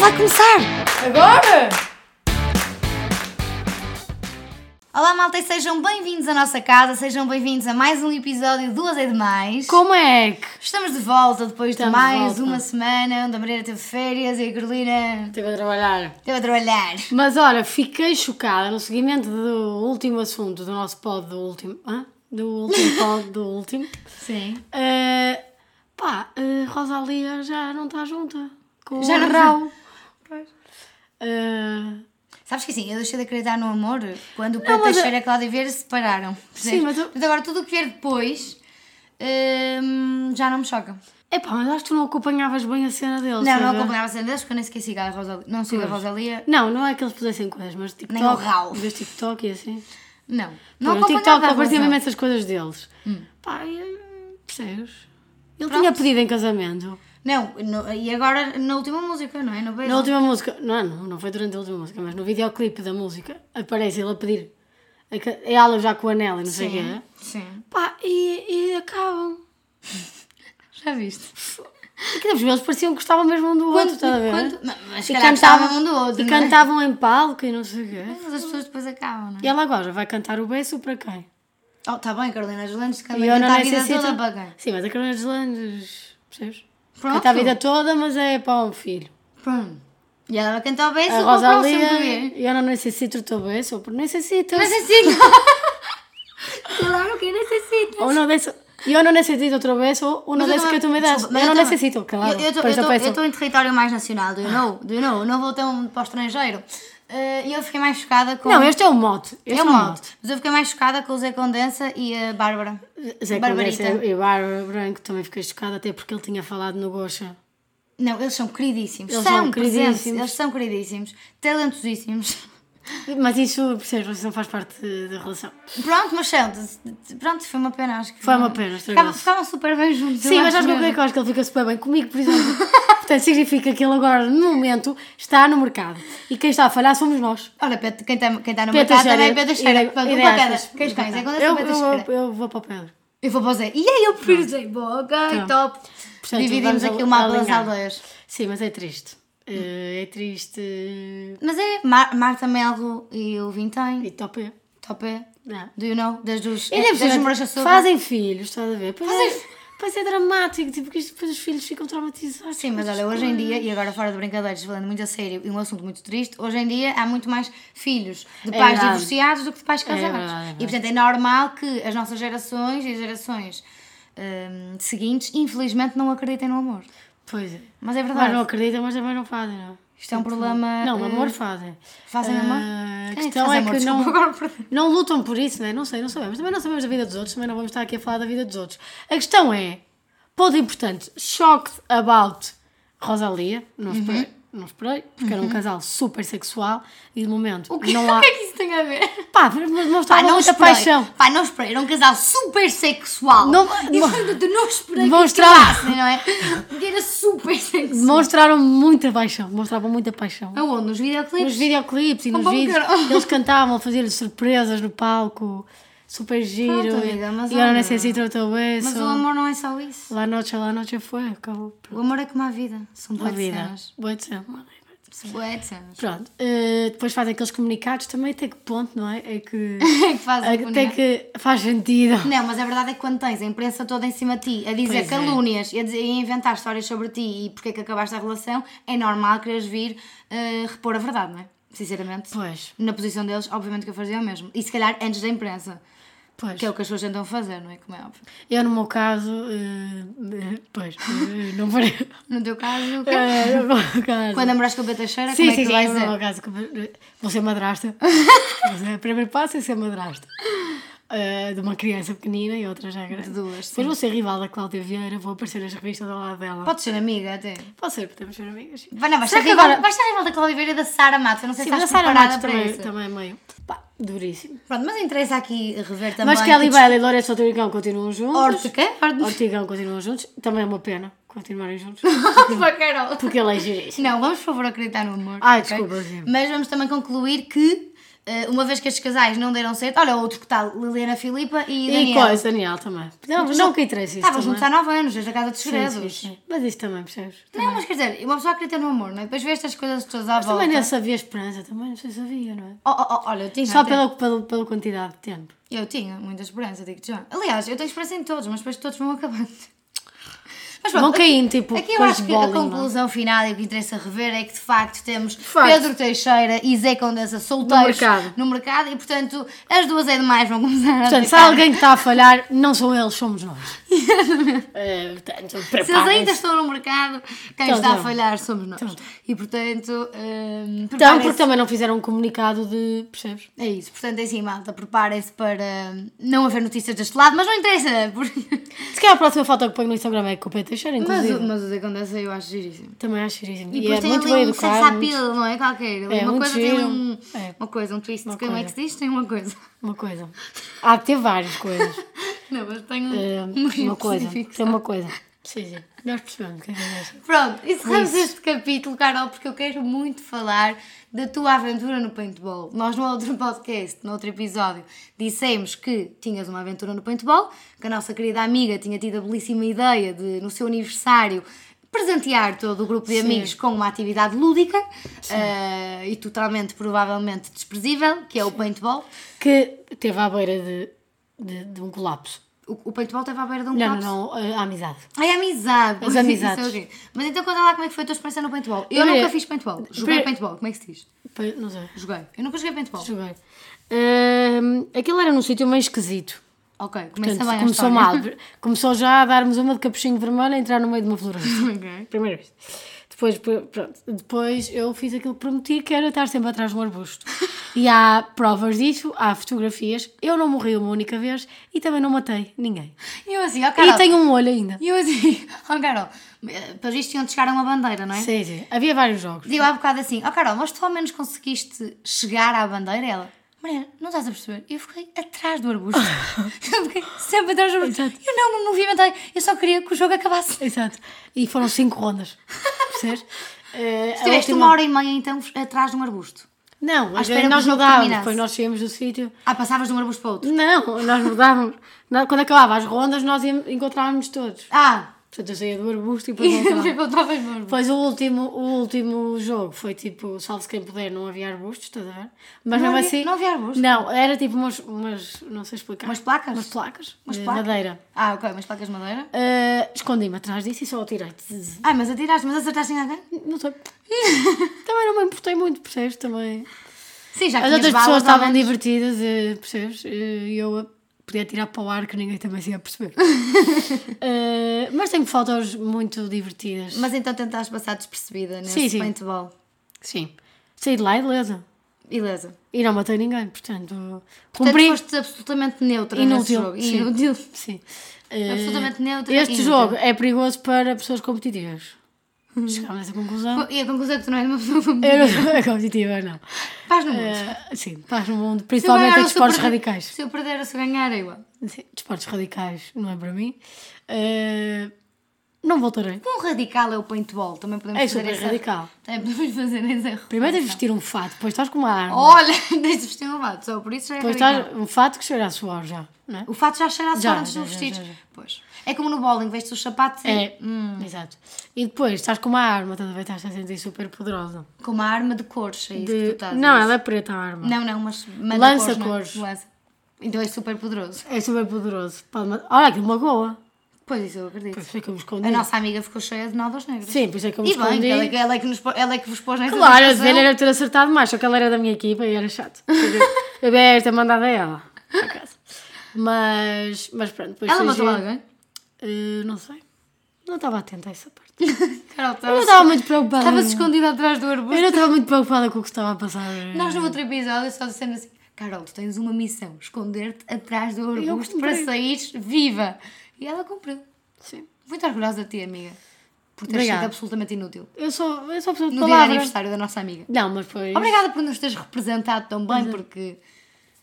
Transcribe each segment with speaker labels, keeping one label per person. Speaker 1: vai começar!
Speaker 2: Agora?
Speaker 1: Olá, malta, e sejam bem-vindos à nossa casa, sejam bem-vindos a mais um episódio Duas é Demais.
Speaker 2: Como é que?
Speaker 1: Estamos de volta depois
Speaker 2: Estamos
Speaker 1: de
Speaker 2: de
Speaker 1: mais
Speaker 2: volta.
Speaker 1: uma semana onde a Marina teve férias e a Carolina
Speaker 2: Estive a trabalhar.
Speaker 1: teve a trabalhar.
Speaker 2: Mas olha, fiquei chocada no seguimento do último assunto do nosso pod, do último. Hã? Do último pod, do último.
Speaker 1: Sim.
Speaker 2: Eh, pá, eh, Rosalia já não está junta. Com
Speaker 1: Já
Speaker 2: o
Speaker 1: não-
Speaker 2: Raul. Eh,
Speaker 1: Sabes que assim, eu deixei de acreditar no amor quando o
Speaker 2: Não,
Speaker 1: Pedro
Speaker 2: mas
Speaker 1: Teixeira e a Cláudia Vieira se separaram. percebes?
Speaker 2: Sim, mas eu-
Speaker 1: Portanto, agora tudo o que vier depois hum, já não me choca.
Speaker 2: Epá, mas acho que tu não acompanhavas bem a cena deles.
Speaker 1: Não, não
Speaker 2: sabe?
Speaker 1: acompanhava a cena deles porque eu nem sequer sigo a Rosalia. Não sigo a
Speaker 2: Pois.
Speaker 1: Rosalia.
Speaker 2: Não, não é que eles pusessem coisas, mas TikTok.
Speaker 1: Nem o Raul.
Speaker 2: Vês TikTok e assim. Não
Speaker 1: Não. Não
Speaker 2: Pô, no
Speaker 1: acompanhava
Speaker 2: TikTok
Speaker 1: a
Speaker 2: apareciam
Speaker 1: Rosalia.
Speaker 2: imensas coisas deles. Pá, e- percebes? Ele
Speaker 1: Pronto.
Speaker 2: tinha pedido em casamento.
Speaker 1: Não, no- e agora na última música, não é? No beijo.
Speaker 2: Na última música, não, não, não foi durante a última música, mas no videoclipe da música aparece ele a pedir. a ca- É ela já com o anel e não sei o quê.
Speaker 1: Sim, sim.
Speaker 2: Pá, e, e acabam.
Speaker 1: Já viste?
Speaker 2: Aqueles eles pareciam que gostavam mesmo um do outro, estás a ver?
Speaker 1: quando- mas- mas se calhar gostavam um do outro,
Speaker 2: E
Speaker 1: não é?
Speaker 2: cantavam em palco e não sei o quê.
Speaker 1: Mas as pessoas depois acabam, não é?
Speaker 2: E ela agora vai cantar o beijo para quem?
Speaker 1: Oh, tá bem, Carolina Jolantes
Speaker 2: E
Speaker 1: também canta a vida
Speaker 2: necessito-
Speaker 1: toda para quem?
Speaker 2: Sim, mas a Carolina de Landes, percebes?
Speaker 1: então
Speaker 2: Canta
Speaker 1: Pronto.
Speaker 2: tá a vida toda, mas é para um filho.
Speaker 1: Pronto. E ela vai cantar o beijo
Speaker 2: A
Speaker 1: é para o próximo que vier.
Speaker 2: Rosalia, eu não necessito o teu beijo, porque necessito.
Speaker 1: Mas assim... claro que necessito.
Speaker 2: Ou não deixo- Eu não necessito outro beso, uno de esos que tu me das. Eu, não necessito, claro.
Speaker 1: Eu
Speaker 2: por isso peço. Ah.
Speaker 1: estou em território mais nacional, do you know? Do you know? Não vou tão para o estrangeiro. Eh, E eu fiquei mais chocada com...
Speaker 2: Não, este é o mote. Este
Speaker 1: é um mote. Mas eu fiquei mais chocada com o Zé Condensa e a Bárbara.
Speaker 2: Zé é
Speaker 1: Barbarita.
Speaker 2: Barbarita. E Bárbara Branco também fiquei chocada, até porque ele tinha falado no Gocha.
Speaker 1: Não, eles são queridíssimos.
Speaker 2: Eles
Speaker 1: são,
Speaker 2: são
Speaker 1: queridíssimos.
Speaker 2: queridíssimos.
Speaker 1: Eles são queridíssimos. Talentosíssimos.
Speaker 2: Mas isso, percebes, isso não faz parte da relação.
Speaker 1: Pronto, mas são. Pronto, foi uma pena, acho que.
Speaker 2: Foi uma pena,
Speaker 1: Ficavam,
Speaker 2: estragou-se.
Speaker 1: ficavam super bem juntos. eu
Speaker 2: Sim, mas acho que eu
Speaker 1: mesmo.
Speaker 2: creio é que eu acho que ele fica super bem comigo, por exemplo. Portanto, significa que ele agora, no momento, está no mercado. E quem está a falhar somos nós.
Speaker 1: Olha, Pedro, quem está quem tá no
Speaker 2: Pedro
Speaker 1: mercado também
Speaker 2: Teixeira.
Speaker 1: é Pedro Teixeira.
Speaker 2: E-
Speaker 1: Pronto,
Speaker 2: e
Speaker 1: um para cada.
Speaker 2: dessas.
Speaker 1: Quem escolhe? Zé Condensa
Speaker 2: Eu-
Speaker 1: ou é Pedro Teixeira?
Speaker 2: eu- Eu vou para o Pedro.
Speaker 1: Eu vou para o Zé. E aí eu prefiro o Zé. Boa, ok, top.
Speaker 2: Tá. Portanto,
Speaker 1: Dividimos
Speaker 2: vamos
Speaker 1: aqui uma
Speaker 2: al-
Speaker 1: balança a
Speaker 2: alinhar.
Speaker 1: dois.
Speaker 2: Sim, mas é triste. Eh, é triste. eh,
Speaker 1: Mas é Mar- Marta Melo e o
Speaker 2: E
Speaker 1: Vintém.
Speaker 2: top é.
Speaker 1: Top é.
Speaker 2: Não.
Speaker 1: Do you know? Das duas.
Speaker 2: Ainda por
Speaker 1: das
Speaker 2: cima,
Speaker 1: Moras Açúcar.
Speaker 2: Fazem filhos, estás a ver? Pois,
Speaker 1: Fazem-
Speaker 2: É, pois é dramático, tipo, que isto- depois os filhos ficam traumatizados.
Speaker 1: Sim, mas olha, hoje em dia, e agora fora de brincadeiras, falando muito a sério e um assunto muito triste, hoje em dia há muito mais filhos de
Speaker 2: É
Speaker 1: pais
Speaker 2: verdade.
Speaker 1: divorciados do que de pais casados.
Speaker 2: verdade, é verdade.
Speaker 1: E portanto é normal que as nossas gerações e as gerações hum, seguintes, infelizmente, não acreditem no amor.
Speaker 2: Pois é.
Speaker 1: Mas é
Speaker 2: Mas
Speaker 1: verdade.
Speaker 2: não acreditam, mas também não fazem, não.
Speaker 1: Isto é um problema.
Speaker 2: Não,
Speaker 1: eh,
Speaker 2: amor fazem.
Speaker 1: fazem
Speaker 2: Eh,
Speaker 1: amor?
Speaker 2: A
Speaker 1: Quem é que
Speaker 2: questão
Speaker 1: faz
Speaker 2: é
Speaker 1: amor?
Speaker 2: que
Speaker 1: Desculpa,
Speaker 2: não,
Speaker 1: agora perdi.
Speaker 2: não lutam por isso, né? não sei, não sabemos. Também não sabemos da vida dos outros, também não vamos estar aqui a falar da vida dos outros. A questão é, ponto importante, shocked about Rosalia, não
Speaker 1: Uhum.
Speaker 2: esperei, não esperei porque era um casal super sexual e de momento
Speaker 1: O que,
Speaker 2: não há...
Speaker 1: o que é que isso tem a ver?
Speaker 2: Pá, mas não
Speaker 1: Pá,
Speaker 2: estava
Speaker 1: não
Speaker 2: muita
Speaker 1: esperei.
Speaker 2: paixão.
Speaker 1: Pá, não esperei. Era um casal super sexual.
Speaker 2: Não-
Speaker 1: e portanto, não esperei
Speaker 2: Demonstrava-
Speaker 1: que acabassem, não é? Porque era super sexual.
Speaker 2: Mostraram muita paixão, mostravam muita paixão.
Speaker 1: Aonde? Ah, Nos videoclipes?
Speaker 2: Nos videoclipes e
Speaker 1: Com
Speaker 2: nos
Speaker 1: bom
Speaker 2: vídeos,
Speaker 1: carol.
Speaker 2: eles cantavam, faziam surpresas no palco, super giro.
Speaker 1: Pronto,
Speaker 2: e-
Speaker 1: amiga, mas
Speaker 2: e eu
Speaker 1: olha.
Speaker 2: não necessito o teu
Speaker 1: Mas
Speaker 2: beijo.
Speaker 1: o amor não é só isso.
Speaker 2: La noche, la noche foi, acabou.
Speaker 1: O amor é como a vida. São
Speaker 2: A
Speaker 1: boas
Speaker 2: vida.
Speaker 1: cenas.
Speaker 2: Boa de ser, mano.
Speaker 1: São boas cenas.
Speaker 2: Pronto, eh, depois fazem aqueles comunicados também, até que ponto, não é? É que.
Speaker 1: que faz a
Speaker 2: até
Speaker 1: comunidade.
Speaker 2: É que faz sentido.
Speaker 1: Não, mas a verdade é que quando tens a imprensa toda em cima de ti, a
Speaker 2: Pois
Speaker 1: dizer
Speaker 2: é.
Speaker 1: calúnias, e a, dizer- e a inventar histórias sobre ti e porque é que acabaste a relação, é normal quereres vir eh, repor a verdade, não é? Sinceramente.
Speaker 2: Pois,
Speaker 1: Na posição deles, obviamente que eu fazia o mesmo. E se calhar antes da imprensa,
Speaker 2: pois.
Speaker 1: que é o que as pessoas tentam fazer, não é? Como é óbvio.
Speaker 2: Eu, no meu caso, eh, eh, pois, eh, não farei.
Speaker 1: No teu caso, que-
Speaker 2: Eh, no meu caso.
Speaker 1: quando namoraste com a Beta Cheira,
Speaker 2: Sim,
Speaker 1: como é que
Speaker 2: sim,
Speaker 1: tu
Speaker 2: sim,
Speaker 1: vais
Speaker 2: no
Speaker 1: dizer?
Speaker 2: meu caso, como- eh, vou ser madrasta. Mas é, o primeiro passo é ser madrasta. Eh, de uma criança pequenina e outra já grande.
Speaker 1: De duas,
Speaker 2: Depois vou ser rival da Cláudia Vieira, vou aparecer nas revistas ao lado dela.
Speaker 1: Pode ser amiga até.
Speaker 2: Pode ser, podemos ser amigas. sim.
Speaker 1: Vai, não, vais
Speaker 2: Será
Speaker 1: ser
Speaker 2: que
Speaker 1: rival,
Speaker 2: agora-
Speaker 1: vais ser rival da Cláudia Oliveira e da Sara Matos. Eu não sei
Speaker 2: Sim,
Speaker 1: se
Speaker 2: mas a
Speaker 1: estás
Speaker 2: Sara
Speaker 1: preparada
Speaker 2: Matos
Speaker 1: para
Speaker 2: também,
Speaker 1: isso.
Speaker 2: também é meio. Pá, duríssimo.
Speaker 1: Pronto, mas interessa aqui rever também. tipo,
Speaker 2: Mas Kelly
Speaker 1: que
Speaker 2: Bailey e Lourenço Ortigão continuam juntos.
Speaker 1: Ortega? Ortega.
Speaker 2: Ortigão continuam juntos. Também é uma pena continuarem juntos.
Speaker 1: Pá, Carol.
Speaker 2: Porque ele é giríssimo.
Speaker 1: Não, vamos por favor acreditar no amor.
Speaker 2: Ai,
Speaker 1: ok?
Speaker 2: desculpa, Zé.
Speaker 1: Mas vamos também concluir que eh, uma vez que estes casais não deram certo, olha, o outro que está, Liliana Filipa e
Speaker 2: E
Speaker 1: Daniel.
Speaker 2: coisa, Daniel também. Não, mas não que interessa isso.
Speaker 1: Estavas
Speaker 2: também.
Speaker 1: juntos há 9 anos, desde a casa dos
Speaker 2: Sim, sim,
Speaker 1: segredos.
Speaker 2: sim. Mas isso também, percebes?
Speaker 1: Não, mas quer dizer, uma pessoa acredita no amor, não é? Depois vê estas coisas todas à volta.
Speaker 2: Também não sabia esperança, também não sei se havia, não é?
Speaker 1: Oh, oh, oh, olha, eu tinha.
Speaker 2: Só
Speaker 1: até-
Speaker 2: pela, pela, pela quantidade de tempo.
Speaker 1: Eu tinha muita esperança, digo-te já. Aliás, eu tenho esperança em todos, mas depois todos vão acabando. Mas
Speaker 2: Vão
Speaker 1: aqui-
Speaker 2: caindo, tipo,
Speaker 1: Aqui eu
Speaker 2: coisas
Speaker 1: acho
Speaker 2: de
Speaker 1: que a
Speaker 2: bowling, não é?
Speaker 1: conclusão final e o que interessa rever é que de facto temos
Speaker 2: facto.
Speaker 1: Pedro Teixeira e Zé Condensa solteiros
Speaker 2: No mercado.
Speaker 1: no mercado e portanto as duas é demais, vão começar a
Speaker 2: Portanto, se
Speaker 1: ficar.
Speaker 2: há alguém que está a falhar, não são eles, somos nós. É, portanto,
Speaker 1: Se eles ainda
Speaker 2: preparem-se.
Speaker 1: estão no mercado, quem
Speaker 2: Então,
Speaker 1: está a
Speaker 2: então.
Speaker 1: falhar somos nós. E portanto, hum,
Speaker 2: Então,
Speaker 1: preparem-se.
Speaker 2: porque também não fizeram um comunicado de. Percebes?
Speaker 1: É isso, portanto é assim, malta, preparem-se para hum, não haver notícias deste lado, mas não interessa, porque...
Speaker 2: Se calhar a próxima foto que ponho no Instagram é com o Pedro Teixeira,
Speaker 1: mas,
Speaker 2: inclusive.
Speaker 1: o- mas o Zé Condensa eu acho giríssimo.
Speaker 2: Também acho giríssimo.
Speaker 1: E
Speaker 2: E,
Speaker 1: depois
Speaker 2: é
Speaker 1: tem
Speaker 2: muito
Speaker 1: ali
Speaker 2: bem
Speaker 1: um sex
Speaker 2: educado. muito-
Speaker 1: appeal, não é? Qualquer. Ali
Speaker 2: É,
Speaker 1: uma
Speaker 2: muito
Speaker 1: coisa tem
Speaker 2: giro.
Speaker 1: um,
Speaker 2: É.
Speaker 1: uma coisa, um twist.
Speaker 2: Uma
Speaker 1: Como é que
Speaker 2: coisa.
Speaker 1: se diz? Tem uma coisa.
Speaker 2: Uma coisa. Há de ter várias coisas.
Speaker 1: Não, mas tem um,
Speaker 2: É,
Speaker 1: um
Speaker 2: uma coisa.
Speaker 1: específico.
Speaker 2: Tem uma coisa. Sim, sim. Nós percebemos o que é que é isso.
Speaker 1: Pronto, encerramos este capítulo, Carol, porque eu quero muito falar da tua aventura no paintball. Nós, no outro podcast, no outro episódio, dissemos que tinhas uma aventura no paintball, que a nossa querida amiga tinha tido a belíssima ideia de, no seu aniversário, presentear todo o grupo de amigos com uma atividade lúdica eh, e totalmente, provavelmente, desprezível, que é o paintball.
Speaker 2: Que teve à beira de, de, de um colapso.
Speaker 1: O, o paintball estava à beira de um
Speaker 2: Não,
Speaker 1: colapso.
Speaker 2: não, não. A a amizade.
Speaker 1: Ai, amizade.
Speaker 2: As amizades.
Speaker 1: Isso é horrível. Mas então conta lá como é que foi a tua experiência no paintball. Eu
Speaker 2: Primeiro-
Speaker 1: nunca fiz paintball. Joguei
Speaker 2: Primeiro-
Speaker 1: paintball. Como é que se diz?
Speaker 2: Foi- Não sei.
Speaker 1: Joguei. Eu nunca joguei paintball.
Speaker 2: Joguei. Hum, aquilo era num sítio meio esquisito.
Speaker 1: Ok, começa
Speaker 2: Portanto,
Speaker 1: bem
Speaker 2: começou
Speaker 1: é a
Speaker 2: mal.
Speaker 1: história.
Speaker 2: Começou já a darmos uma de capuchinho vermelho a entrar no meio de uma floresta.
Speaker 1: Ok.
Speaker 2: Primeira vez. Depois, pr- pronto, depois eu fiz aquilo que prometi, que era estar sempre atrás de um arbusto. E há provas disso, há fotografias. Eu não morri uma única vez e também não matei ninguém.
Speaker 1: E eu assim, ó Carol.
Speaker 2: E tenho um olho ainda.
Speaker 1: E eu assim, ó Carol. eh, Para isto tinham de chegar a uma bandeira, não é?
Speaker 2: Sim, sim. Havia vários jogos.
Speaker 1: Digo há bocado assim, ó Carol, mas tu ao menos conseguiste chegar à bandeira? Ela, Mariana, não estás a perceber? Eu fiquei atrás do arbusto. eu fiquei sempre atrás do arbusto. Eu não me movimentei. Eu só queria que o jogo acabasse.
Speaker 2: Exato. E foram cinco rondas. Percebes? Eh, a
Speaker 1: Estiveste
Speaker 2: última-
Speaker 1: uma hora e meia então atrás de um arbusto.
Speaker 2: Não, eh,
Speaker 1: à espera que o
Speaker 2: nós
Speaker 1: jogo
Speaker 2: mudávamos.
Speaker 1: terminasse.
Speaker 2: Depois nós saímos do sítio.
Speaker 1: Ah, passavas de um arbusto para o outro.
Speaker 2: Não, nós mudávamos. Nós- Quando acabava as rondas, nós íamos- encontrávamos todos.
Speaker 1: Ah!
Speaker 2: Portanto, eu saía do arbusto e depois
Speaker 1: E
Speaker 2: voltava.
Speaker 1: perguntavas no arbusto.
Speaker 2: Depois o último, o último jogo foi tipo, salve-se quem puder, não havia arbustos, estás a ver? Mas
Speaker 1: Não
Speaker 2: mesmo
Speaker 1: havia-
Speaker 2: assim.
Speaker 1: não havia arbustos?
Speaker 2: Não, era tipo umas, umas. Não sei explicar.
Speaker 1: Umas placas?
Speaker 2: Umas placas.
Speaker 1: Umas
Speaker 2: de
Speaker 1: placas?
Speaker 2: madeira.
Speaker 1: Ah, ok, mas placas de madeira.
Speaker 2: Ah, Escondi-me atrás disso e só atirei. Zzz,
Speaker 1: Ah, mas atiraste, mas acertaste em alguém?
Speaker 2: Não sei. Também não me importei muito, percebes? Também.
Speaker 1: Sim, já
Speaker 2: As
Speaker 1: tinhas
Speaker 2: outras
Speaker 1: balas,
Speaker 2: pessoas
Speaker 1: ao
Speaker 2: estavam
Speaker 1: menos.
Speaker 2: divertidas, eh, percebes? Eh, E eu podia tirar para o ar que ninguém também se ia perceber. Eh, mas tenho fotos muito divertidas.
Speaker 1: Mas então tentaste passar despercebida nesse
Speaker 2: Sim, sim.
Speaker 1: paintball.
Speaker 2: Sim. Saí de lá e beleza.
Speaker 1: Beleza.
Speaker 2: E não matei ninguém, portanto.
Speaker 1: Portanto,
Speaker 2: Cumpri.
Speaker 1: foste absolutamente neutra nesse
Speaker 2: Inútil.
Speaker 1: jogo.
Speaker 2: sim.
Speaker 1: Inútil.
Speaker 2: Sim. Eh,
Speaker 1: É Absolutamente neutro Uhum. e
Speaker 2: Este
Speaker 1: inútil.
Speaker 2: jogo é perigoso para pessoas competitivas. Chegámos a essa conclusão.
Speaker 1: E a conclusão é que tu não és uma pessoa com
Speaker 2: Eu não sou competitiva, não.
Speaker 1: paz no mundo.
Speaker 2: Eh, sim, paz no mundo,
Speaker 1: Se eu ganhar
Speaker 2: principalmente em
Speaker 1: ou se eu
Speaker 2: desportos
Speaker 1: perder-
Speaker 2: é radicais.
Speaker 1: Se eu perder ou se eu ganhar, é igual.
Speaker 2: Sim, Desportos radicais não é para mim. Eh, não voltarei.
Speaker 1: Quão radical é o paintball? Também podemos
Speaker 2: É
Speaker 1: fazer
Speaker 2: super
Speaker 1: essa-
Speaker 2: radical.
Speaker 1: Também podemos fazer essa
Speaker 2: Primeiro tens de
Speaker 1: reflexão.
Speaker 2: vestir um fato, depois estás com uma arma.
Speaker 1: Olha, tens de vestir um fato, só por isso já Oh, é
Speaker 2: depois
Speaker 1: radical.
Speaker 2: estás um fato que cheira a suor já. Não é?
Speaker 1: O fato já cheira a suor
Speaker 2: Já,
Speaker 1: antes
Speaker 2: já,
Speaker 1: dos
Speaker 2: já,
Speaker 1: vestidos.
Speaker 2: já, já.
Speaker 1: Pois. É como no bowling, vestes os sapatos e-
Speaker 2: É,
Speaker 1: Hum.
Speaker 2: exato. E depois estás com uma arma, estás a ver, estás a sentir super poderosa.
Speaker 1: com uma arma de cores. É isso que tu
Speaker 2: De-
Speaker 1: estás a
Speaker 2: Não,
Speaker 1: dizer.
Speaker 2: ela é preta a arma.
Speaker 1: Não, não, mas manda
Speaker 2: Lança
Speaker 1: não é?
Speaker 2: cores.
Speaker 1: Lança. Então é super poderoso.
Speaker 2: É super poderoso. Pode matar. Olha, aquilo magoa.
Speaker 1: Pois isso eu acredito.
Speaker 2: Por isso é que eu me escondi.
Speaker 1: A nossa amiga ficou cheia de nódulos negros.
Speaker 2: Sim, por isso é que eu me
Speaker 1: E bem, que
Speaker 2: escondi.
Speaker 1: ela, é que- ela é que nos, pô- ela é que vos pôs nessa
Speaker 2: Claro, a
Speaker 1: situação.
Speaker 2: velha era ter acertado mais, só que ela era da minha equipa e era chato. Eu devia ter mandado a ela. por acaso. Mas, mas pronto, depois
Speaker 1: Ela
Speaker 2: foi
Speaker 1: matou
Speaker 2: giro.
Speaker 1: alguém?
Speaker 2: Eh, não sei. Não estava atenta a essa parte.
Speaker 1: Carol,
Speaker 2: Eu não
Speaker 1: estava-
Speaker 2: estava muito preocupada.
Speaker 1: estava escondida atrás do arbusto.
Speaker 2: Eu não estava muito preocupada com o que estava a passar.
Speaker 1: Nós no outro episódio só dissemos assim: Carol, tu tens uma missão, esconder-te atrás do
Speaker 2: Eu
Speaker 1: arbusto para
Speaker 2: cumpri.
Speaker 1: sair viva. E ela cumpriu.
Speaker 2: Sim.
Speaker 1: Muito orgulhosa de ti, amiga. Por teres
Speaker 2: Obrigada.
Speaker 1: sido absolutamente inútil.
Speaker 2: Eu sou, eu sou pessoa de
Speaker 1: No dia de
Speaker 2: palavras.
Speaker 1: aniversário da nossa amiga.
Speaker 2: Não, mas foi.
Speaker 1: Obrigada por nos teres representado tão
Speaker 2: é.
Speaker 1: bem, porque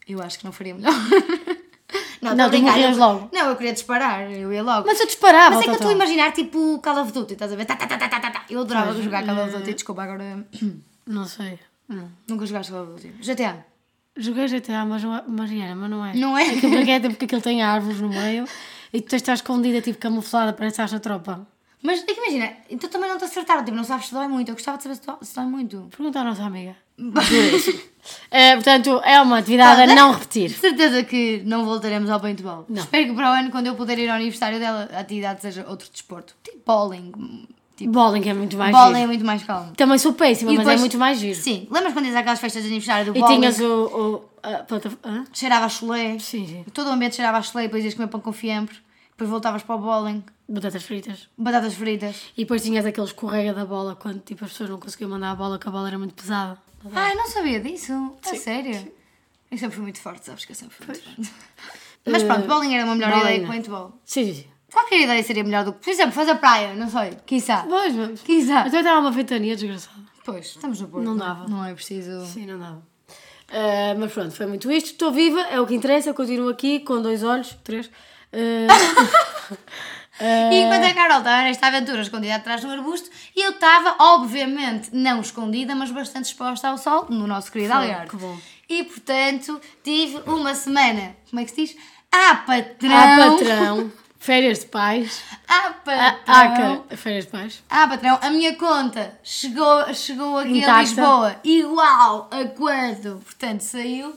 Speaker 1: eu acho que não faria melhor. tô
Speaker 2: Não,
Speaker 1: a
Speaker 2: tu
Speaker 1: brincar,
Speaker 2: morrias
Speaker 1: eu-
Speaker 2: logo.
Speaker 1: Não, eu queria disparar, eu ia logo.
Speaker 2: Mas então. eu disparava.
Speaker 1: Mas é que eu
Speaker 2: Totó.
Speaker 1: estou a imaginar tipo Call of Duty, estás a ver? Tá, tá, tá, tá, tá, tá, tá. Eu adorava
Speaker 2: Hum.
Speaker 1: jogar Call of Duty, desculpa, agora
Speaker 2: Não sei. Não.
Speaker 1: nunca jogaste Call of Duty. GTA.
Speaker 2: Joguei GTA, mas não é- Mariana, mas não é.
Speaker 1: Não é?
Speaker 2: Aquilo é até porque aquilo tem árvores no meio e tu tens de estar escondida, tipo camuflada, parece que estás na tropa.
Speaker 1: Mas é que imagina, então também não te acertaram, tipo, não sabes se dói muito. Eu gostava de saber se dói, se dói muito.
Speaker 2: Pergunta à nossa amiga. É, portanto, é uma atividade a não repetir.
Speaker 1: De certeza que não voltaremos ao paintball. Espero que para o ano, quando eu puder ir ao aniversário dela, a atividade seja outro desporto. Tipo bowling. Tipo,
Speaker 2: Bowling é muito mais
Speaker 1: bowling é
Speaker 2: giro.
Speaker 1: muito mais calmo.
Speaker 2: Também sou péssima,
Speaker 1: E
Speaker 2: mas é
Speaker 1: depois-
Speaker 2: muito mais giro.
Speaker 1: Sim. Lembras quando ias àquelas festas de aniversário do
Speaker 2: E
Speaker 1: bowling?
Speaker 2: tinhas o... o a plataforma... Hã?
Speaker 1: Cheirava a chulé.
Speaker 2: Sim, sim.
Speaker 1: Todo o ambiente cheirava a chulé, depois ias comer pão com fiambre. Depois voltavas para o bowling.
Speaker 2: Batatas fritas.
Speaker 1: Batatas fritas.
Speaker 2: E depois tinhas aquele escorrega da bola, quando tipo, as pessoas não conseguiam mandar a bola, que a bola era muito pesada.
Speaker 1: Ah, eu não sabia disso. A sério. Eu sempre fui muito forte, sabes que eu sempre fui muito forte. Mas pronto, bowling era uma melhor
Speaker 2: Eh, bowling
Speaker 1: ideia que
Speaker 2: não.
Speaker 1: paintball.
Speaker 2: Sim, sim.
Speaker 1: Qualquer ideia seria melhor do que, por exemplo, fazer praia, não sei, quiçá.
Speaker 2: Pois, mas...
Speaker 1: Quiçá.
Speaker 2: Até estava uma feitania desgraçada.
Speaker 1: Pois, estamos no Porto.
Speaker 2: Não
Speaker 1: é?
Speaker 2: dava.
Speaker 1: Não é preciso.
Speaker 2: Sim, não dava. Ah, mas pronto, foi muito isto. Estou viva, é o que interessa. Continuo aqui com dois olhos, três. Ah,
Speaker 1: E enquanto a Carol estava nesta aventura escondida atrás de um arbusto, eu estava, obviamente, não escondida, mas bastante exposta ao sol, no nosso querido
Speaker 2: Foi,
Speaker 1: Algarve.
Speaker 2: que bom.
Speaker 1: E, portanto, tive uma semana, como é que se diz? Ah, patrão!
Speaker 2: há patrão, férias de pais.
Speaker 1: Ah,
Speaker 2: Há-
Speaker 1: patrão!
Speaker 2: Há ca- férias de pais.
Speaker 1: Ah, patrão, a minha conta chegou, chegou aqui a
Speaker 2: Intacta.
Speaker 1: Lisboa igual a quando, portanto, saiu.